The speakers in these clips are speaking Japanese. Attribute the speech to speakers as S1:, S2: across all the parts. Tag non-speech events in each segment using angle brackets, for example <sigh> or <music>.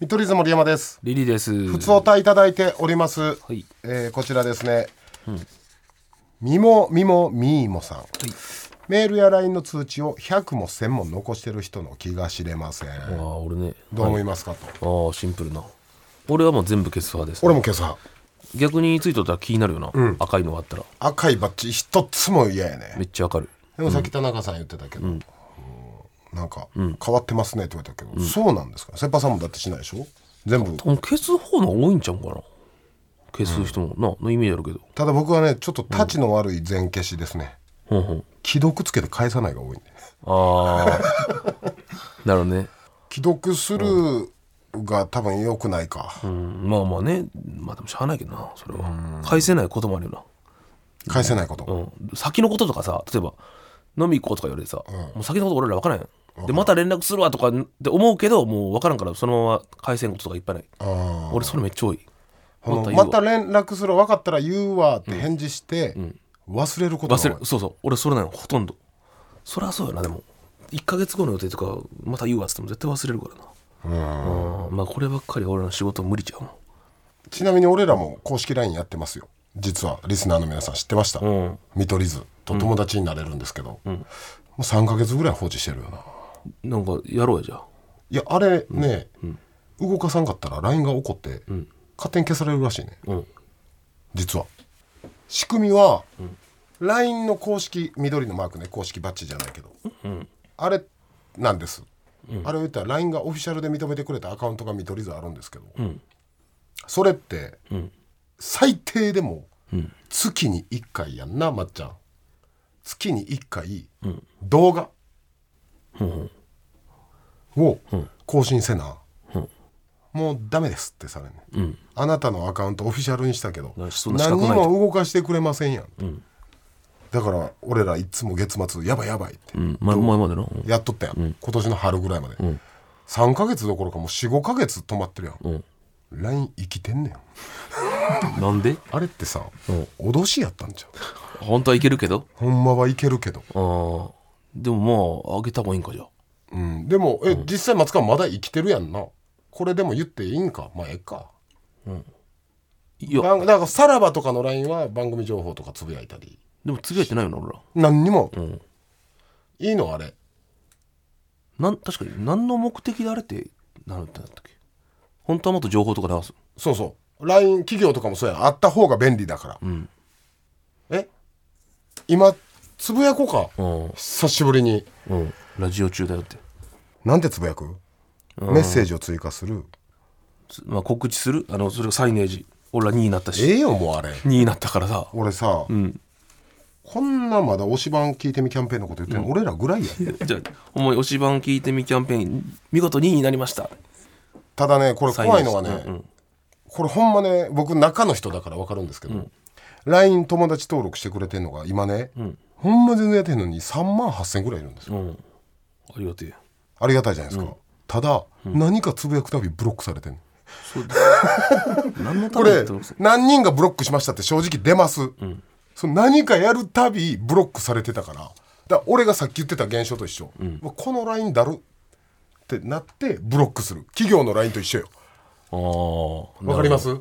S1: 見取り図森山です
S2: リリーです。
S1: 普通おたいただいております、
S2: い
S1: えーこちらですね、みもみもみーもさん、メールや LINE の通知を100も1000も残してる人の気が知れません
S2: ああ、俺ね。
S1: どう思いますかと、
S2: ああ、シンプルな。俺はもう全部消す派です、
S1: 俺も今朝
S2: 逆についとったら気になるよな。赤いのがあったら。
S1: 赤いバッジ一つも嫌やね
S2: めっちゃわかる。
S1: でもさっき田中さん言ってたけど、うんなんか変わってますねって言われたけど、そうなんですか先輩さんもだってしないでしょ全部
S2: でも消す方の方が多いんちゃうかな。消す人も、な、のイメージあるけど。
S1: ただ僕はねちょっとタチの悪い全消しですね、
S2: ほんほん。
S1: 既読つけて返さないが多いね
S2: あ
S1: <laughs>
S2: あ。なるほどね。
S1: 既読するが多分良くないか、
S2: うん、まあまあね。まあでもしゃあないけどな、それは。返せないこともあるよな。
S1: 返せないこと、
S2: うん、先のこととかさ例えば飲み行こうとか言われてさ、もう先のこと俺ら分からんやんでまた連絡するわとかって思うけどもう分からんからそのまま返せんこととかいっぱいない
S1: あ
S2: 俺それめっちゃ多い
S1: あの
S2: また言うわ
S1: また連絡する分かったら言うわって返事して、忘れることが多
S2: 忘
S1: い
S2: れそうそう俺それなのほとんどそりゃそうやなでも1ヶ月後の予定とかまた言うわっつっても絶対忘れるからなうんまあこればっかり俺らの仕事無理ちゃうも
S1: ちなみに俺らも公式 LINE やってますよ実はリスナーの皆さん知ってました、
S2: ん
S1: 見取り図と友達になれるんですけど、もう3ヶ月ぐらい放置してるよなん
S2: なんかやろうやじゃあ
S1: いやあれね、動かさんかったら LINE が怒って、勝手に消されるらしいね、
S2: うん
S1: 実は仕組みは、LINE の公式緑のマークね公式バッジじゃないけど、あれなんです、あれを言ったら LINE がオフィシャルで認めてくれたアカウントが見取り図あるんですけど、それって、最低でも月に1回やんなまっちゃん月に1回動画を更新せな、もうダメですってされんね、あなたのアカウントオフィシャルにしたけど
S2: なそんな資
S1: 何
S2: 格
S1: に
S2: ないと
S1: も動かしてくれませんやん、だから俺らいつも月末やばいやばいって
S2: うん前前までの
S1: やっとったやん、今年の春ぐらいまで、3ヶ月どころかもう45ヶ月止まってるやん、
S2: うん
S1: LINE 生きてんねん
S2: なんで
S1: あれってさ、脅しやったんじゃん
S2: 本当はいけるけど
S1: ほんまはいけるけど、
S2: ああでもまああげた方がいいんかじゃあ
S1: うん、でもえ、実際松川まだ生きてるやんなこれでも言っていいんかまあええか
S2: いや
S1: 番だからさらばとかの LINE は番組情報とかつぶやいたり
S2: でもつぶやいてないよな俺ら
S1: 何にも、
S2: ん
S1: いいのあれ
S2: なん確かに何の目的であれってなるってなったっけ本当はもっと情報とか流す
S1: そうそう LINE 企業とかもそうやんあった方が便利だから、
S2: ん
S1: え今つぶやこうか、
S2: うん
S1: 久しぶりに
S2: うんラジオ中だよって、
S1: なんてつぶやくメッセージを追加する
S2: つまあ、告知するあのそれがサイネージ俺ら2位になったし
S1: ええよもうあれ
S2: 2位になったからさ
S1: 俺さ、
S2: ん
S1: こんなまだ推し版聞いてみキャンペーンのこと言ってんの、俺らぐらいやで
S2: じゃあお前推し版聞いてみキャンペーン見事2位になりました
S1: ただねこれ怖いのがね、
S2: うん
S1: これほんまね僕中の人だから分かるんですけど、LINE 友達登録してくれてんのが今ね、ほんま全然やってんのに3万8000ぐらいいるんですよ
S2: うんありがてえ
S1: ありがたいじゃないですか、ただ、何かつぶやくたびブロックされてんの
S2: そうだ何のた
S1: こ
S2: めにや
S1: れ
S2: ってます
S1: 何人がブロックしましたって正直出ます、その何かやるたびブロックされてたからだから俺がさっき言ってた現象と一緒、うわこの LINE だるってなってブロックする企業の LINE と一緒よ
S2: ああ
S1: わかります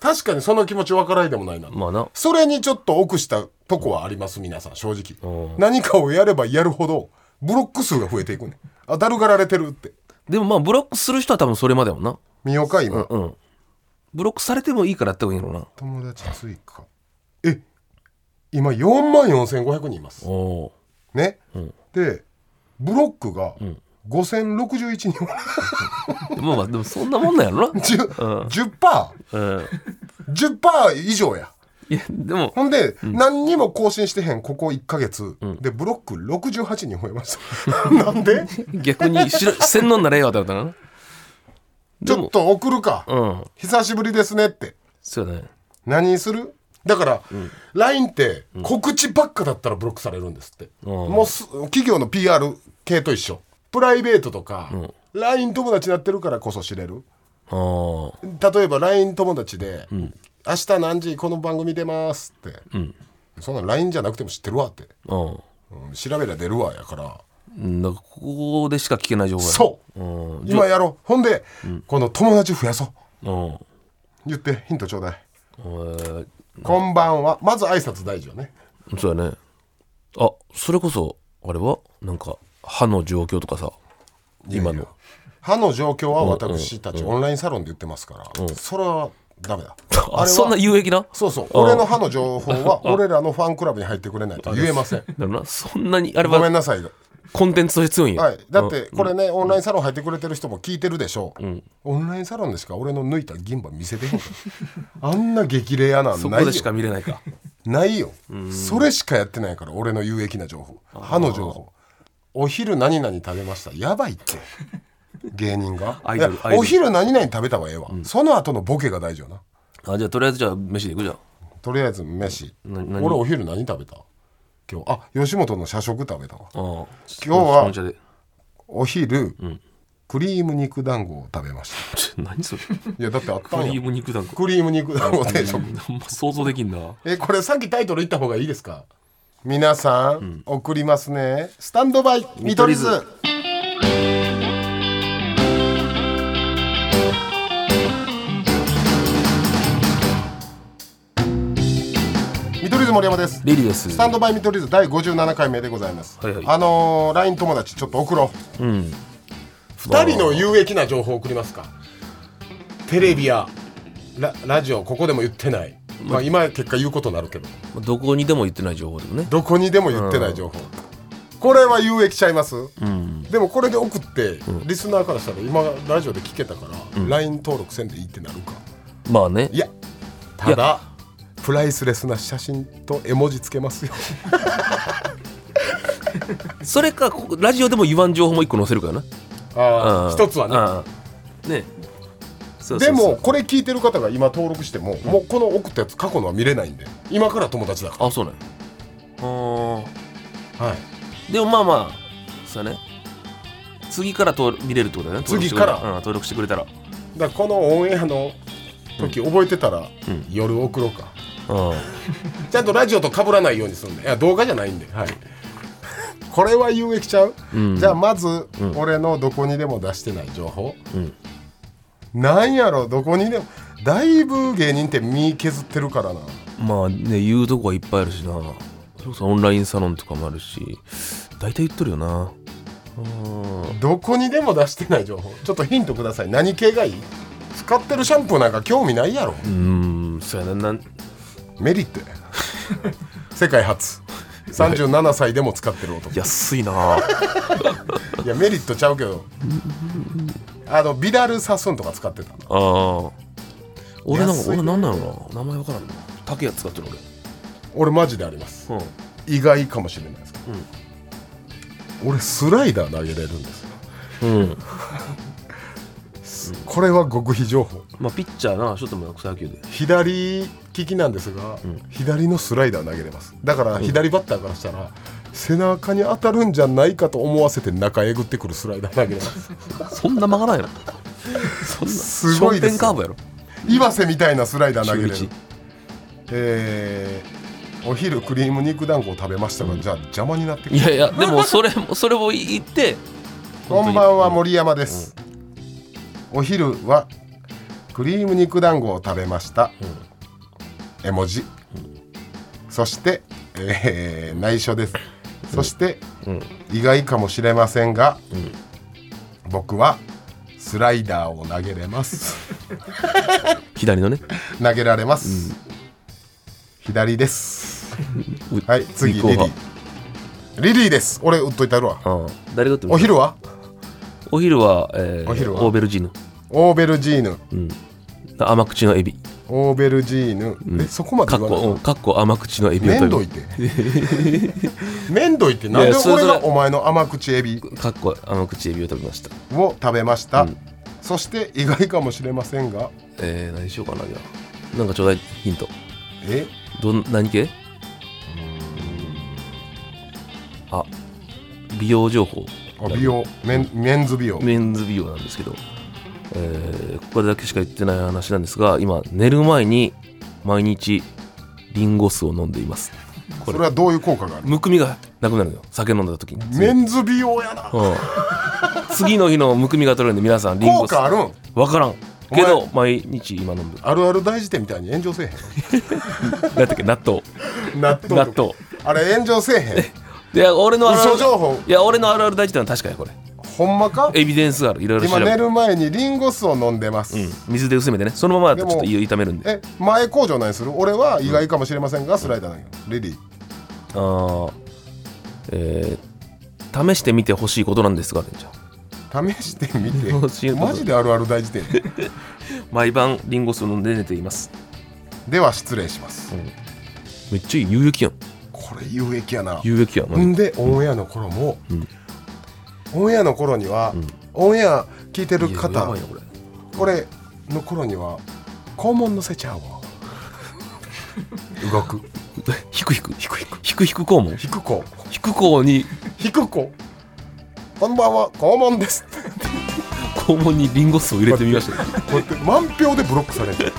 S1: 確かにその気持ちわからないでもないな、
S2: まあな
S1: それにちょっと奥したとこはあります皆さん正直何かをやればやるほどブロック数が増えていくねあだるがられてるって
S2: でもまあブロックする人は多分それまでもな
S1: 見ようか今、
S2: うんブロックされてもいいからやった方がいいのかな
S1: 友達追加え今4万4500人います
S2: おお
S1: ね、でブロックが5061人、
S2: ーまあまあでもそんなもんなんや
S1: <laughs>
S2: ろな
S1: 10%10%、10%
S2: うん
S1: 以上や
S2: いやでも
S1: ほんで、何にも更新してへんここ1か月、でブロック68人増えました <laughs> なんで
S2: 逆にしろ洗脳になれよってことだな
S1: ちょっと送るか、
S2: うん
S1: 久しぶりですねって
S2: そうだね
S1: 何するだから、LINE って告知ばっかだったらブロックされるんですって、もうす企業の PR 系と一緒プライベートとか、LINE 友達になってるからこそ知れる
S2: ああ
S1: 例えば LINE 友達で、明日何時この番組出ます」って、そんなん LINE じゃなくても知ってるわって、
S2: うん
S1: うん調べりゃ出るわやから
S2: うんだからここでしか聞けない情報や、
S1: そう
S2: うん、
S1: 今やろうほんで、この友達増やそう
S2: うん
S1: 言ってヒントちょうだい
S2: えー
S1: こんばんはまず挨拶大事よね
S2: そうやねあそれこそあれはなんか歯の状況とかさ今の
S1: 歯の状況は私たちオンラインサロンで言ってますから、それはダ <laughs> メだ
S2: あそんな有益な
S1: そうそう俺の歯の情報は俺らのファンクラブに入ってくれないと言えま <laughs> せん
S2: だろうなそんなにあれ
S1: ごめ
S2: は
S1: んなさい
S2: コンテンツとして強いんや、
S1: はい、だってこれね、オンラインサロン入ってくれてる人も聞いてるでしょう、オンラインサロンでしか俺の抜いた銀歯見せてへんから <laughs> あんな激レアなん
S2: そ
S1: な
S2: こ
S1: い
S2: で
S1: よ
S2: しか見れないか
S1: ないよそれしかやってないから俺の有益な情報歯の情報お昼何々食べましたやばいっ
S2: <laughs>
S1: て芸人が
S2: アイドル
S1: いや
S2: アイドル
S1: お昼何々食べたはええわ、その後のボケが大事よな
S2: あじゃあとりあえずじゃあ飯で行くじゃん
S1: とりあえず飯
S2: な
S1: 俺
S2: 何
S1: お昼何食べた今日あ吉本の社食食べたわ
S2: 今
S1: 日は
S2: で
S1: お昼、クリーム肉団子を食べました
S2: ちょ何それ
S1: いやだってあった
S2: ク
S1: ん
S2: リー
S1: や
S2: ム肉団子
S1: クリーム肉団子定食
S2: あんま想像できんな
S1: えこれさっきタイトル言った方がいいですか皆さん、送りますねスタンドバイ見取り図見取り図森山です
S2: リリーです
S1: スタンドバイ見取り図第57回目でございます、
S2: はいはい
S1: あのー、LINE 友達ちょっと送ろう、
S2: ん
S1: 2人の有益な情報送りますかテレビやララジオここでも言ってない、まあ、今結果言うことになるけど
S2: どこにでも言ってない情報でもね
S1: どこにでも言ってない情報、これは有益ちゃいます、でもこれで送って、リスナーからしたら今ラジオで聞けたから、LINE 登録せんでいいってなるか
S2: まあね
S1: いやただプライスレスな写真と絵文字つけますよ
S2: それかここラジオでも言わん情報も一個載せるからな
S1: <laughs> あ
S2: う
S1: あ
S2: ん
S1: 一つはね
S2: うんねそうそう
S1: で
S2: そう
S1: もこれ聞いてる方が今登録しても、もうこの送ったやつ過去のは見れないんで今から友達だか
S2: あそうなんやあー
S1: ら、はい、
S2: でもまあまあそうだね次からと見れるってことだよね
S1: 次から
S2: 登録してくれうん登録してくれたら
S1: だからこのオンエアの時覚えてたら、夜送ろうか
S2: うん
S1: ちゃんとラジオと被らないようにするんでいや動画じゃないんで、はい、 <laughs> これは有益ちゃう、じゃあまず、俺のどこにでも出してない情報、
S2: ん
S1: なんやろどこにでもだいぶ芸人って身削ってるからな
S2: まあね言うとこはいっぱいあるしなそれこそオンラインサロンとかもあるし大体言っとるよなうん
S1: どこにでも出してない情報ちょっとヒントください何系がいい使ってるシャンプーなんか興味ないやろ
S2: うんそうやななん
S1: メリットや世界初37歳でも使ってる男
S2: 安いな
S1: いやメリットちゃうけどあのビダル・サスンとか使ってたな
S2: ああ俺なんか
S1: 安いね
S2: 俺なんだろうな名前わからんな竹谷使ってる
S1: 俺マジであります
S2: 俺うん
S1: 意外かもしれないですけど、俺スライダー投げれるんですよ
S2: うん、
S1: これは極秘情報
S2: まあピッチャーなショートも草野球で
S1: 左利きなんですが、左のスライダー投げれますだから左バッターからしたら、背中に当たるんじゃないかと思わせて中えぐってくるスライダー投げれます
S2: そんな曲がらないなそんな
S1: すごいですよ
S2: 商店カーブやろ
S1: 岩瀬みたいなスライダー投げれ
S2: 中
S1: る、えーお昼クリーム肉団子を食べましたが、じゃあ邪魔になってくる
S2: いやいやでもそれもそれを言って
S1: こんばんは森山です、お昼はクリーム肉団子を食べました、絵文字、そして、えー内緒です、そして、意外かもしれませんが、僕はスライダーを投げれます
S2: 左のね
S1: 投げられます、左です
S2: う
S1: はい次リ
S2: 立候
S1: リ
S2: 補
S1: ーリリーです俺売っといたるわ
S2: うん誰がって
S1: お昼は
S2: お昼は,、えー、
S1: お昼は
S2: オーベルジーヌ
S1: オーベルジーヌ
S2: 甘口のエビ
S1: オーベルジーヌ、えそこまで
S2: かっ
S1: 言わない
S2: こうんかっこ甘口のエビを
S1: めんど
S2: 食
S1: いて
S2: <laughs>
S1: めんどいってなん
S2: い
S1: で
S2: やそ
S1: 俺
S2: れぞれ
S1: がお前の甘口エビ
S2: べかっこ甘口エビを食べました
S1: を食べました、そして意外かもしれませんが
S2: えー、何しようかなじゃあなんかちょうだいヒント
S1: え
S2: どん何系あ美容情報
S1: あ美容メンメンズ美容
S2: メンズ美容なんですけど、えーここだけしか言ってない話なんですが今寝る前に毎日リンゴ酢を飲んでいますこ
S1: そ
S2: れ
S1: れはどういう効果がある
S2: むくみがなくなるのよ酒飲んだ時に
S1: メンズ美容やな
S2: うん、次の日のむくみが取れるんで皆さんリンゴ
S1: 効果あるん
S2: 分からんけど毎日今飲んでる
S1: あるある大事典みたいに炎上せえ
S2: 何やったっけ納豆
S1: へん納豆
S2: 納豆
S1: あれ炎上せえへん
S2: いや俺のあるある
S1: 嘘情報
S2: いや俺のあるある大事なのは確かにこれ
S1: ほんまか
S2: エビデンスがあるいろいろ調
S1: 今
S2: べ
S1: 寝
S2: て、
S1: る前にリンゴ酢を飲んでます、
S2: うん、水で薄めてねそのままやったらちょっと
S1: でも
S2: 炒めるんで
S1: え前工場何する俺は意外かもしれませんが、スライダーなんよレディー
S2: あーえー試してみてほしいことなんですがねじゃあ
S1: 試してみ
S2: 教え
S1: て
S2: て
S1: マジであるある大
S2: <laughs>
S1: 事典
S2: 毎晩リンゴ酢を飲んで寝ています
S1: では失礼します
S2: めっちゃいい有益やん
S1: これ有益やな
S2: 有益やんマジ
S1: んでオンエアの頃も、
S2: ん
S1: オンエアの頃には、オンエア聞いてる
S2: いや
S1: 方
S2: やばいなこれ
S1: これの頃には肛門のせちゃうわ動く
S2: ひくひくひくひくひくひく肛門
S1: 引く子
S2: ひく肛に
S1: 引く子こんばんは肛門です
S2: 肛門にリンゴ酢を入れてみました
S1: こうやって満票でブロックされる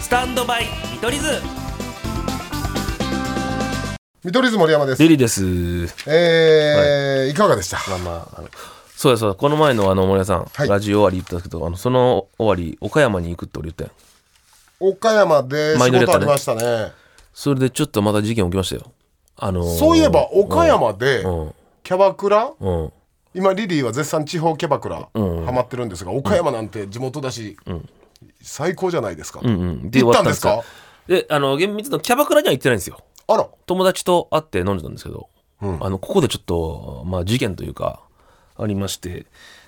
S3: スタンドバイ見取り図
S1: 見取り図森山です
S2: リリーです
S1: えーい、かがでした
S2: まあまあ、あの、そうやそうや、この前のあの、森田さん、
S1: はい
S2: ラジオ終わり言ってたけど、あの、その終わり、岡山に行くって俺言ったやん。
S1: 岡山で仕
S2: 前乗りやっ
S1: 事あ
S2: たね
S1: りましたね
S2: それでちょっとまた事件起きましたよ。あのー
S1: そういえば岡山で
S2: うん、
S1: キャバクラ
S2: うん、
S1: 今リリーは絶賛地方キャバクラハマってるんですが、岡山なんて地元だし、最高じゃないですか、
S2: うん、うん。
S1: 行ったんです
S2: 終わ
S1: か
S2: ったんですよで、あの、厳密のキャバクラには行ってないんですよ。
S1: あら
S2: 友達と会って飲んでたんですけど、あの、ここでちょっと、まあ、事件というか、ありまして、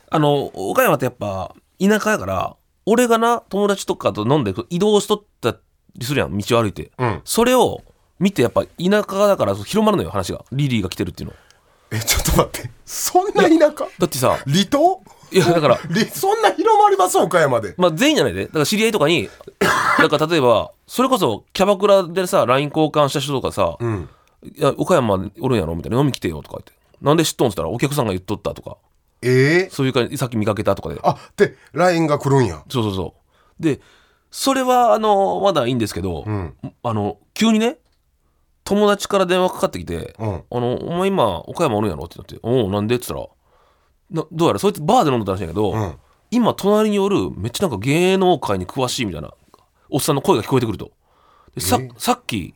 S2: あの、岡山ってやっぱ、田舎やから、俺がな、友達とかと飲んで、移動しとったりするやん、道を歩いて。
S1: うん
S2: それを見てやっぱ田舎だから広まるのよ話がリリーが来てるっていうの
S1: えちょっと待ってそんな田舎
S2: だってさ
S1: 離島
S2: いやだから、
S1: りそんな広まります岡山で
S2: まあ、全員じゃないでだから知り合いと
S1: <laughs>
S2: かになんか例えばそれこそキャバクラでさ LINE 交換した人とかさ「
S1: ん
S2: いや岡山おるんやろ?」みたいな「飲み来てよ」とか言って「なんで知っとん?」っつったらお客さんが言っとったとか
S1: ええ
S2: そういう感じさっき見かけたとかで
S1: あって LINE が来るんや
S2: そうそうそうでそれはあのまだいいんですけど、
S1: ん
S2: あの急にね友達から電話かかってきて「
S1: うん
S2: あのお前今岡山おるんやろ?」ってなって「おおなんで?」っつったらなどうやらそいつバーで飲んでたらしいんやけど、
S1: ん
S2: 今隣におるめっちゃなんか芸能界に詳しいみたいなおっさんの声が聞こえてくるとでさ
S1: え
S2: さっき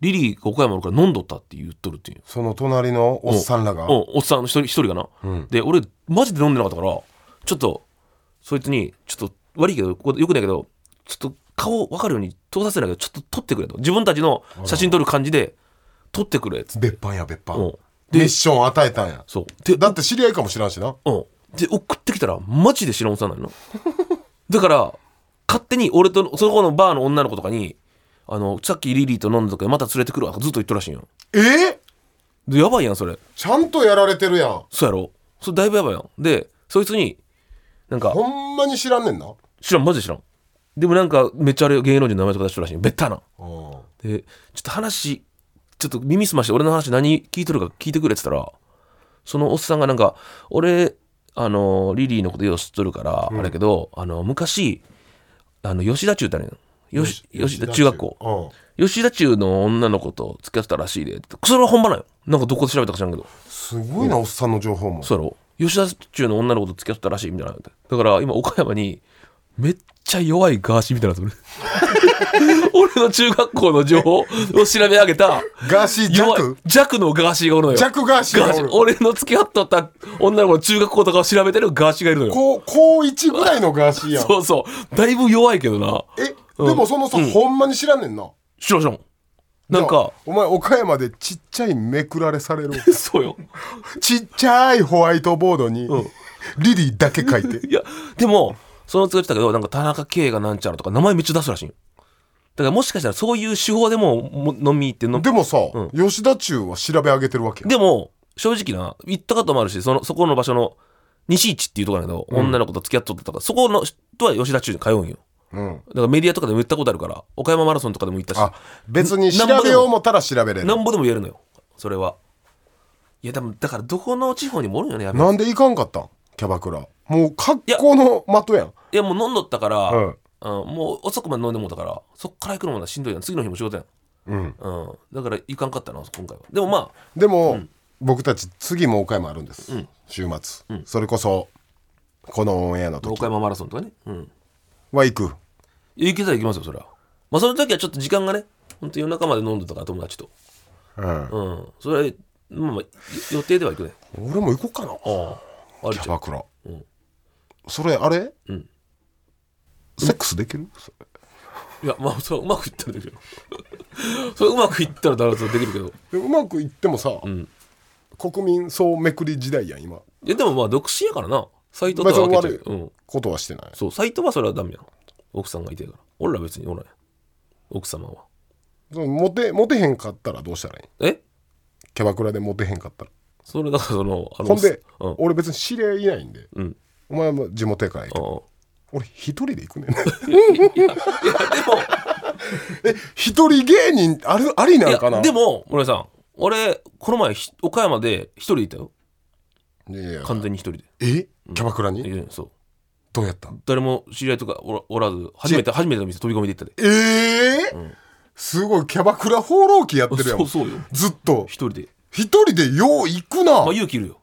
S2: リリーが岡山おるから飲んどったって言っとるっていう
S1: その隣のおっさんらが
S2: うんおっさん一人一人がな、
S1: ん
S2: で俺マジで飲んでなかったからちょっとそいつにちょっと悪いけどここよくないけどちょっと顔分かるように通させないけどちょっと撮ってくれと自分たちの写真撮る感じで撮ってくれっつって
S1: 別班や別班
S2: うん
S1: ミッション与えたんや
S2: そうで
S1: だって知り合いかもしらんしな
S2: うん、で送ってきたらマジで知らんおさんないの <laughs> だから勝手に俺とその子のバーの女の子とかにあのさっきリリーと飲んだ時また連れてくるわとかずっと言ってるらしいんよ
S1: えー
S2: でやばいやんそれ
S1: ちゃんとやられてるやん
S2: そうやろそれだいぶやばいやんでそいつになんか
S1: ほんまに知らんねんな
S2: 知らんマジで知らんでもなんかめっちゃあれ芸能人の名前とか出してるらしいよベッタな
S1: うん
S2: でちょっと話ちょっと耳すまして俺の話何聞いとるか聞いてくれって言ったらそのおっさんがなんか俺あのリリーのことよう知っとるから、あれやけどあの昔あの吉田中ってあるやんよし吉田中学校
S1: うん
S2: 吉田中の女の子と付き合ってたらしいでそれは本場なんよなんかどこで調べたか知らんけど
S1: すごいなおっさんの情報も
S2: そうやろ吉田中の女の子と付き合ってたらしいみたいなだから今岡山にめっちゃ弱いガーシーみたいなやつおる俺の <laughs> 中学校の情報を調べ上げた
S1: ガーシー
S2: 弱い
S1: 弱
S2: 弱のガーシーがおるのよ
S1: 弱ガーシーがおる
S2: ガ俺の付き合っとった女の子の中学校とかを調べてるガーシーがいるのよ
S1: 高高1ぐらいのガーシーやん
S2: そうそうだいぶ弱いけどな
S1: えでもそのさほんまに知らんねんな
S2: 知らん知らんな
S1: じゃ
S2: ん
S1: あ
S2: か
S1: お前岡山でちっちゃいめくられされ
S2: <laughs>
S1: る
S2: そうよ
S1: ちっちゃいホワイトボードにリリーだけ書いて
S2: いやでもそのつが言ってたけどなんか田中圭がなんちゃらとか名前めっちゃ出すらしいよだからもしかしたらそういう手法でもも飲み行って飲み
S1: でもさ吉田中は調べ上げてるわけや
S2: でも正直な行ったこともあるしそのそこの場所の西市っていうところだけど、女の子と付き合っとったとかそこの人は吉田中に通うんよ
S1: うん
S2: だからメディアとかでも言ったことあるから岡山マラソンとかでも行ったし
S1: あ別に調べよう思ったら調べれ
S2: な
S1: る
S2: んぼでも言えるのよそれはいやでもだからどこの地方にもおるんよねやっぱ
S1: なんで行かんかったんキャバクラもう格好の的やん
S2: いやもう飲んどったから、
S1: うん
S2: うん、もう遅くまで飲んでもうたからそっから行くのもなしんどいやん次の日も仕事やん、
S1: うん、
S2: うん、だから行かんかったな今回はでもまあ
S1: でも、僕たち次もう回もあるんです、週末、それこそこのオンエアの時
S2: 岡山マラソンとかね、うん、
S1: は行く
S2: いや行けたら行きますよそれはまあその時はちょっと時間がね本当夜中まで飲んでたから友達と
S1: うん、
S2: うんそれはまあまあ予定では行くね
S1: 俺も行こうかな
S2: あああ
S1: キ
S2: る
S1: ャ
S2: じゃん
S1: バクラ、
S2: ん
S1: それあれ、
S2: うん
S1: セックスできる、それ
S2: いやまあそれはうまくいったらできるよ <laughs> それうまくいったらだらだらできるけど
S1: でうまくいってもさ、
S2: ん
S1: 国民総めくり時代やん今
S2: いやでもまあ独身やからなサイトとは分けて
S1: まあそれは悪い
S2: うん
S1: ことはしてない
S2: そうサイトはそれはダメやん奥さんがいてるから俺ら別におらんやん奥様は
S1: そのモテモテへんかったらどうしたらいい
S2: え
S1: キャバクラでモテへんかったら
S2: それだからそのあの
S1: ほんで、
S2: うん
S1: 俺別に知り合いいないんで、
S2: うん
S1: お前も地元やから行く、
S2: あ
S1: 俺一人で行くねん
S2: あいやでも
S1: <laughs> え一人芸人あるありないの
S2: や
S1: かな
S2: でも村井さん俺この前ひ岡山で一人でいたよ
S1: いやいや
S2: 完全に一人で
S1: えキャバクラに、
S2: いやそう
S1: どうやったん
S2: 誰も知り合いとかおらおらず初めて初めての店飛び込みで行ったで
S1: ええーすごいキャバクラ放浪記やってるやん
S2: そうそうよ
S1: ずっと
S2: 一人で
S1: 一人でよう行くな、
S2: まあ勇気いるよ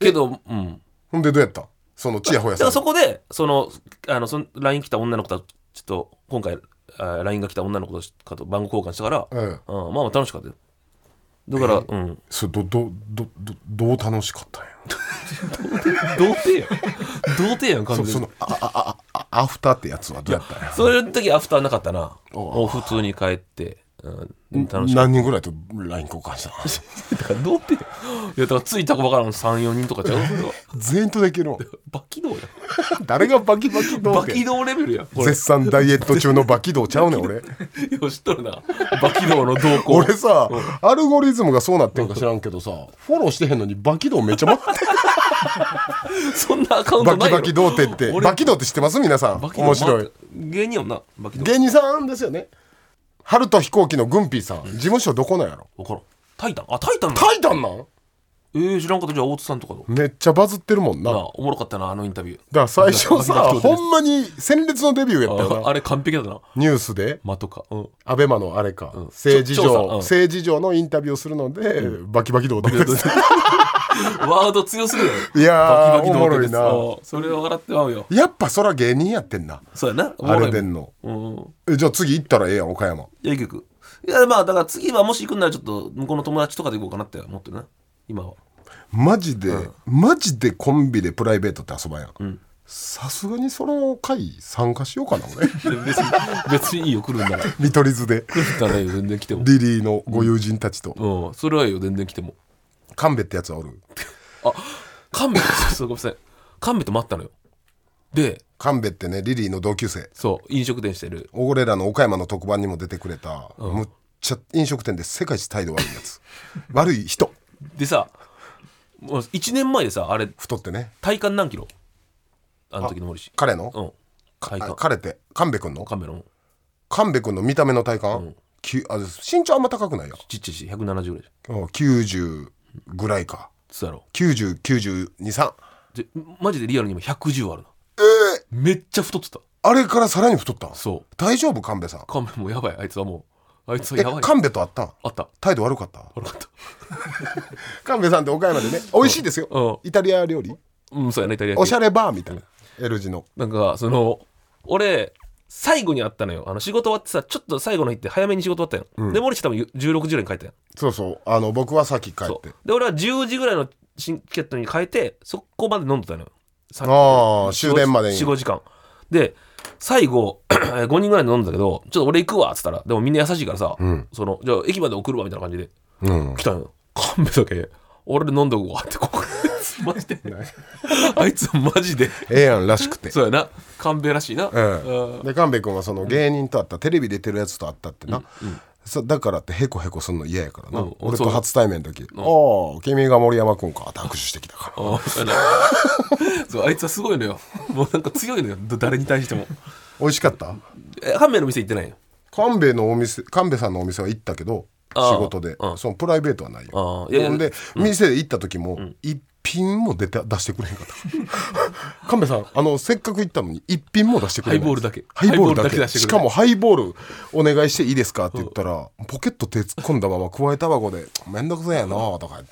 S2: けどうん
S1: ほんでどうやったんそのちやほや
S2: だか
S1: さ
S2: ら
S1: ん
S2: そこでそのあのその LINE 来た女の子とちょっと今回あ LINE が来た女の子とかと番号交換したから、
S1: ええ
S2: うん、まあまあ楽しかったよだから、うん
S1: それどどどどどう楽しかったんや
S2: 童貞やん <laughs> 童貞やん完全
S1: そ
S2: に
S1: そ
S2: そ
S1: のああああアフターってやつはどうやったんや
S2: そういう時アフターなかったな
S1: おう
S2: もう普通に帰って、うん、でも楽しか
S1: 何人ぐらいと LINE 交換したの
S2: <laughs> っただから童貞やんいやだからついたかばからん34人とかちゃうそ <laughs> れは
S1: 全員とできるの
S2: バキドウやん
S1: 誰がバキバキどう
S2: バキドウレベルやんこれ
S1: 絶賛ダイエット中のバキドウちゃうねん <laughs> 俺
S2: よしとるなバキドウの動向
S1: 俺さアルゴリズムがそうなってんか知らんけどさフォローしてへんのにバキドウめっちゃ回ってる
S2: そんなアカウン
S1: バ
S2: トない
S1: キ
S2: やろ
S1: バキ童貞って
S2: 俺
S1: バキドウって知ってます皆さん
S2: バキドウ
S1: 面白い
S2: 芸人やもんなバキドウ
S1: 芸人さんですよね春と飛行機のグンピーさん事務所どこなんやろ
S2: わからんタイタンあタイタンだ
S1: タイタンなん
S2: えー、知らんかったじゃあ大津さんとかと
S1: めっちゃバズってるもんな
S2: な
S1: だか
S2: あおもろかったなあのインタビュー
S1: ら最初さ
S2: バキドウ
S1: ほんまに鮮烈のデビューやったよ
S2: あ
S1: な
S2: あれ完璧だったな
S1: ニュースで
S2: 間とか
S1: <laughs>
S2: うん
S1: アベマのあれか、政治
S2: 調査
S1: 上、
S2: うん
S1: 政治上のインタビューをするので、バキバキ道です
S2: ワード強すぎるよ
S1: いやー
S2: バキバキ童貞です
S1: おもろいな
S2: うんそれは笑ってまうよ
S1: やっぱそら芸人やってんな
S2: そうやなおも
S1: あ
S2: ろいも
S1: れでんの
S2: うんうん
S1: えじゃあ次行ったらええやん岡山
S2: いや結局いやまあだから次はもし行くんならちょっと向こうの友達とかで行こうかなって思ってるな今は
S1: マジで、マジでコンビでプライベートって遊ばんやんさすがにその回参加しようかな俺 <laughs>
S2: 別に別にいいよ来るんなら来
S1: 見取り図で
S2: るんならいいよ全然来ても
S1: リリーのご友人たちと、
S2: うんそれはいいよ全然来ても
S1: 神戸ってやつはおる
S2: あ神戸 <laughs> そうごめんなさい神戸と待ったのよで
S1: 神戸ってねリリーの同級生
S2: そう飲食店してる
S1: 俺らの岡山の特番にも出てくれた、むっちゃ飲食店で世界一態度悪いやつ <laughs> 悪い人
S2: でさもう1年前でさあれ
S1: 太ってね
S2: 体感何キロあの時の森氏
S1: 彼の、
S2: うん体
S1: あ
S2: 感
S1: 彼って神戸君の
S2: 神戸の
S1: 神戸君の見た目の体感、きあ身長あんま高くないよ
S2: ちっちゃいし170ぐらいじゃん
S1: うん90ぐらいか
S2: そうやろ
S1: 90923
S2: でマジでリアルに今110あるな
S1: えー、
S2: めっちゃ太ってた
S1: あれからさらに太ったん
S2: そう
S1: 大丈夫神戸さん
S2: 神戸もうやばいあいつはもうあいつは
S1: え
S2: やばい
S1: 神戸と会ったん
S2: あった
S1: 態度悪かった
S2: 悪かった
S1: 神戸さんって岡山でね美味しいですよ
S2: う
S1: イタリア料理
S2: うんそうやなイタリア
S1: おしゃ
S2: れ
S1: れバーみたいな L 字の
S2: なんかその俺最後に会ったのよあの仕事終わってさちょっと最後の日って早めに仕事終わったやん、で森氏多分16時ぐらいに帰ったやん
S1: そうそうあの僕はさっき帰っ
S2: そ
S1: て
S2: うで俺は10時ぐらいの新チケットに変えてそこまで飲んでたのよさ
S1: ああ終電までに
S2: 45時間で最後5人ぐらいで飲んだけどちょっと俺行くわっつったらでもみんな優しいからさ、そのじゃあ駅まで送るわみたいな感じで
S1: うん
S2: 来たのよ神戸だけ俺で飲んどくわってここマジであいつマジで
S1: ええやんらしくて
S2: そうやな神戸らしいな、
S1: うんで神戸君はその芸人と会ったテレビ出てるやつと会ったってな、そだからってへこへこすんの嫌やからな、
S2: うん
S1: 俺
S2: そう
S1: と初対面の時「おお君が森山君か」って握手してきたから
S2: あそうやなそうあいつはすごいのよもうなんか強いのよど誰に対しても
S1: 美味しかった
S2: え神戸の店行ってないよ
S1: 神戸のお店神戸さんのお店は行ったけど
S2: あー
S1: 仕事で、
S2: うん
S1: そのプライベートはないよ
S2: あーいやいや
S1: ほんで、店で行った時も、一ピンも出て出してくれへんかった。 <laughs> 神戸さん、あのせっかく行ったのに一品も出してくれない。
S2: ハイボールだけ
S1: ハイボール
S2: ハイボールだ
S1: だ
S2: け
S1: け。
S2: 出してくれな
S1: しか
S2: い
S1: もハイボールお願いしていいですかって言ったら、ポケット手突っ込んだまま加えタバコでめんどくせえやなとか言って。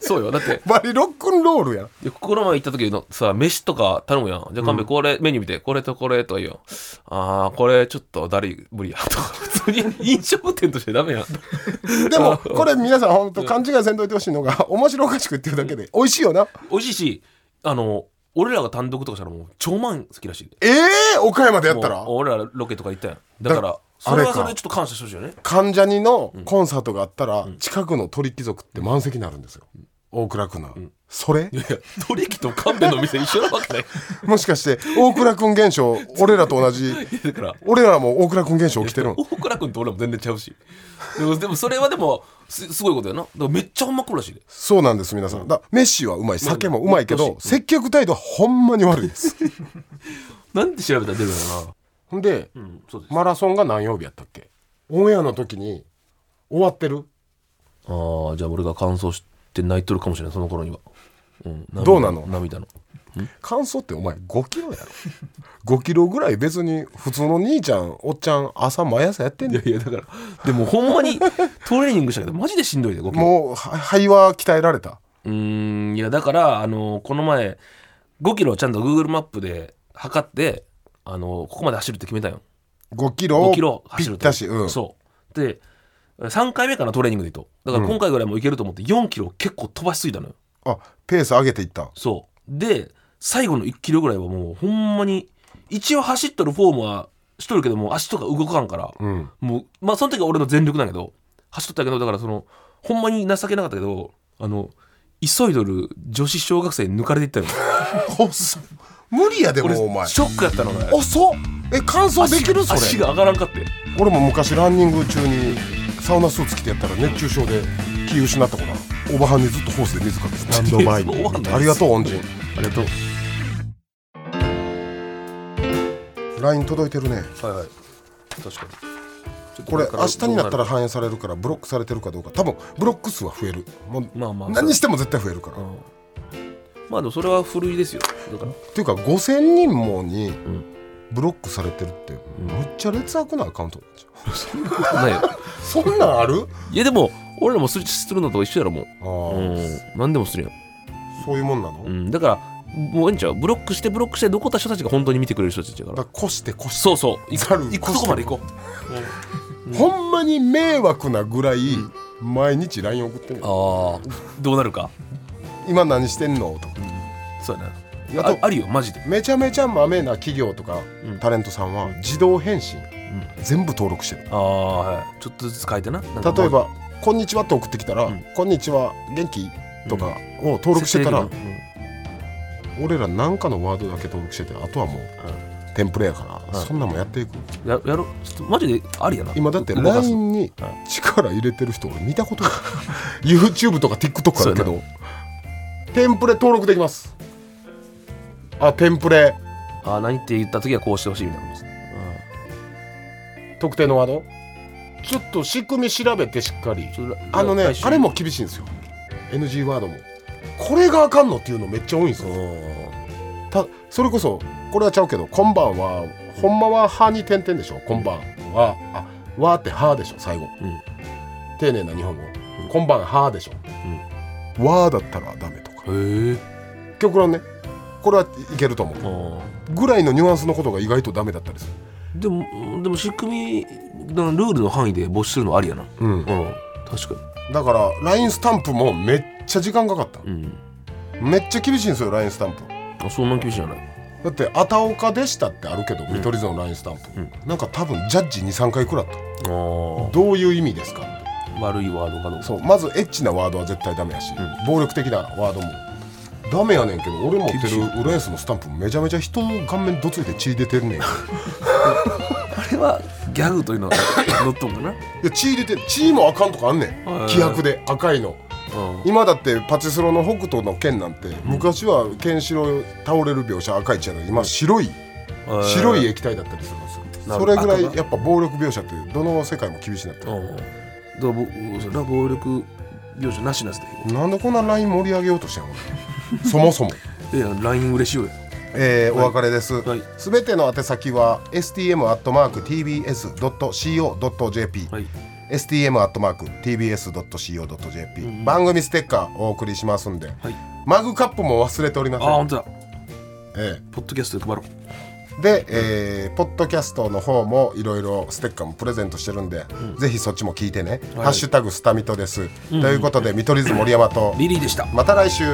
S2: そうよだって
S1: バリロックンロールやん。
S2: いやこの前行った時のさ飯とか頼むやんじゃあ神戸これ、メニュー見てこれとこれとか言うよああこれちょっとだり無理やとか <laughs> 普通に飲食店としてダメやん
S1: でもこれ皆さん本当勘違いせんといてほしいのが面白おかしく言ってるだけで美味しいよな。
S2: 美味しいしあの俺らが単独とかしたらもう超満好きらしいで
S1: ええ岡山でやったら
S2: もう俺らロケとか行ったやんだから
S1: だ
S2: それ
S1: あ
S2: は
S1: れ
S2: そ
S1: か
S2: れでちょっと感謝してほしいよね
S1: 関ジャニのコンサートがあったら、近くの鳥貴族って満席になるんですよ、大倉君な、それ
S2: いや取引と神戸の店一緒な
S1: <laughs>
S2: わけない
S1: もしかして大倉君現象俺らと同 <laughs> じ
S2: だから
S1: 俺らも大倉君現象起きてるん
S2: 大倉君と俺らも全然ちゃうしでもでもそれはでもすすごいことやなだからめっちゃほんま来るらしいで
S1: そうなんです皆さんだメッシはうまい酒もうまいけ
S2: うん
S1: ど接客態度はほんま <laughs> に悪いです
S2: なんで調べたら出るのかな
S1: ほんで、
S2: うんそうです
S1: マラソンが何曜日やったっけオンエアの時に終わってる
S2: ああじゃあ俺が乾燥して泣いとるかもしれないその頃には、うん、涙
S1: どうなの
S2: 涙の
S1: 感想ってお前5キロ <laughs> やろ5キロぐらい別に普通の兄ちゃんおっちゃん朝毎朝やってん
S2: い
S1: ね
S2: やいやだからでもほんまにトレーニングしたけどマジでしんどいで5キロ
S1: もうは肺は鍛えられた
S2: うーんいやだからあのこの前5キロをちゃんと Google マップで測ってあのここまで走るって決めたよ
S1: 5キロ
S2: 5
S1: を
S2: キロ
S1: ぴ
S2: 走る
S1: っ
S2: と
S1: たし、うん、
S2: そうで3回目かなトレーニングで言うとだから今回ぐらいもいけると思って4キロ結構飛ばしすぎたのよ
S1: あペース上げていった
S2: そうで最後の1キロぐらいはもうほんまに一応走っとるフォームはしとるけどもう足とか動かんから、
S1: ん
S2: もうまあその時は俺の全力なんやけど走っとったけどだからそのほんまに情けなかったけどあの急いどる女子小学生に抜かれていったのよ
S1: <laughs> 無理やで
S2: 俺
S1: もうお前
S2: ショックやったのね
S1: 遅っえ乾燥できるそ
S2: 足
S1: れ
S2: が上がらんかって
S1: 俺も昔ランニング中にサウナスーツ着てやったら熱中症で気失ったからおばはんにずっとホースで水かけてた何度 <laughs> 前
S2: そうな
S1: に
S2: んだ
S1: ありがとう恩人
S2: ありがとう
S1: LINE 届いてるね
S2: はいはい確かにちょっと
S1: これ
S2: か
S1: 明日になったら
S2: ど
S1: 反映されるからブロックされてるかどうか多分ブロック数は増えるもう、
S2: まあまあ
S1: 何しても絶対増えるから、
S2: うな
S1: っ
S2: るうんまあでもそれはふるいですよだから
S1: ていうか5000人もに
S2: ん
S1: ブロックされてるって、むっちゃ劣悪なアカウントなんじゃ
S2: ないよ
S1: んそんなんある
S2: いやでも俺らもするするのと一緒やろも
S1: <laughs> あ
S2: う、
S1: ー
S2: うん、何でもするやん、
S1: そういうもんなの、
S2: う
S1: だ
S2: ん、だからもうええんちゃうブロックしてブロックして残った人たちが本当に見てくれる人たちだか
S1: から
S2: ら
S1: こしてこして
S2: そうそう行
S1: ざる
S2: く行くとこまで行こ
S1: ほんまに迷惑なぐらい毎日 LINE 送ってる
S2: うああどうなるか
S1: 今何してんのとか
S2: そうや
S1: い
S2: な
S1: や
S2: あ
S1: と
S2: あるよマジで
S1: めちゃめちゃマメな企業とかタレントさんは自動返信全部登録してる
S2: ああはいちょっとずつ変えてななんか
S1: 例えば「こんにちは」って送ってきたら
S2: うん
S1: 「こんにちは元気?」とかを登録してたら
S2: 設定できる
S1: 俺ら何かのワードだけ登録しててあとはもうテンプレやから
S2: はい
S1: そんなんもやっていく
S2: うんややろうちょっとマジでありやな
S1: 今だって
S2: 動かす
S1: LINE に
S2: は
S1: 力入れてる人俺見たことない <laughs> YouTube とか TikTok あるけ
S2: そう
S1: どテンプレ登録できますあテンプレ
S2: ああ何って言った時はこうしてほしいみたいなことです
S1: 特定のワードちょっと仕組み調べてしっかり
S2: ちょっと
S1: あのね
S2: 来週
S1: あれも厳しいんですよ NG ワードもこれがあかんのっていうのめっちゃ多いんですよたそれこそこれはちゃうけど「こんばんは」ほんまは「は」に点々でしょ「こんばんは」あ「わ」って「は」でしょ最後、
S2: うん
S1: 丁寧な日本語「こんばんは」でしょ「わ」だったらダメとか
S2: へえ
S1: 極論ねこれはいけると思うぐらいのニュアンスのことが意外とダメだったりする
S2: でもでも仕組みのルールの範囲で募集するのありやな
S1: う
S2: うん
S1: ん、
S2: 確かに
S1: だから LINE スタンプもめっちゃ時間かかった
S2: うん、
S1: めっちゃ厳しいんですよ LINE スタンプ
S2: あそんなに厳しいじゃない
S1: だって「あたおかでした」ってあるけど見取り図の LINE スタンプ、
S2: うん
S1: なんか多分ジャッジ23回くらいあった
S2: あー
S1: どういう意味ですかって
S2: 悪いワードかどうか
S1: そうまずエッチなワードは絶対ダメやし、暴力的なワードもダメやねんけど俺持って
S2: 厳し
S1: る
S2: い
S1: 浦安のスタンプめちゃめちゃ人の顔面どついて血出てる
S2: <laughs>
S1: ねんい
S2: あれはギャグというのは乗っとんかな、
S1: や血出て血もあかんとかあんね
S2: はい
S1: ん規約で赤いの
S2: うん、
S1: 今だってパチスロの北斗の剣なんて昔はケンシロウ倒れる描写赤い血やのに今白い白い液体だったりするんですよそ
S2: なる
S1: れぐらい
S2: 赤が
S1: やっぱ暴力描写ってどの世界も厳しいなって
S2: うんだからぼそれは暴力領収なしのやつで
S1: なんでこんな LINE 盛り上げようとしてんの <laughs> 俺そもそも
S2: いや LINE 嬉しいよ
S1: えーお別れです
S2: はい
S1: すべ、ての宛先は stm.tbs.co.jp、
S2: はい
S1: stm.tbs.co.jp、番組ステッカーお送りしますんで、
S2: はい
S1: マグカップも忘れておりま
S2: あ
S1: せん
S2: あ本当だ
S1: え
S2: ポッドキャストで配ろう
S1: えで、えーポッドキャストの方もいろいろステッカーもプレゼントしてるんで、ぜひそっちも聞いてね「
S2: はい
S1: ハッシュタグスタミトです」ということで見取り図森山と
S2: リリーでした
S1: また来週。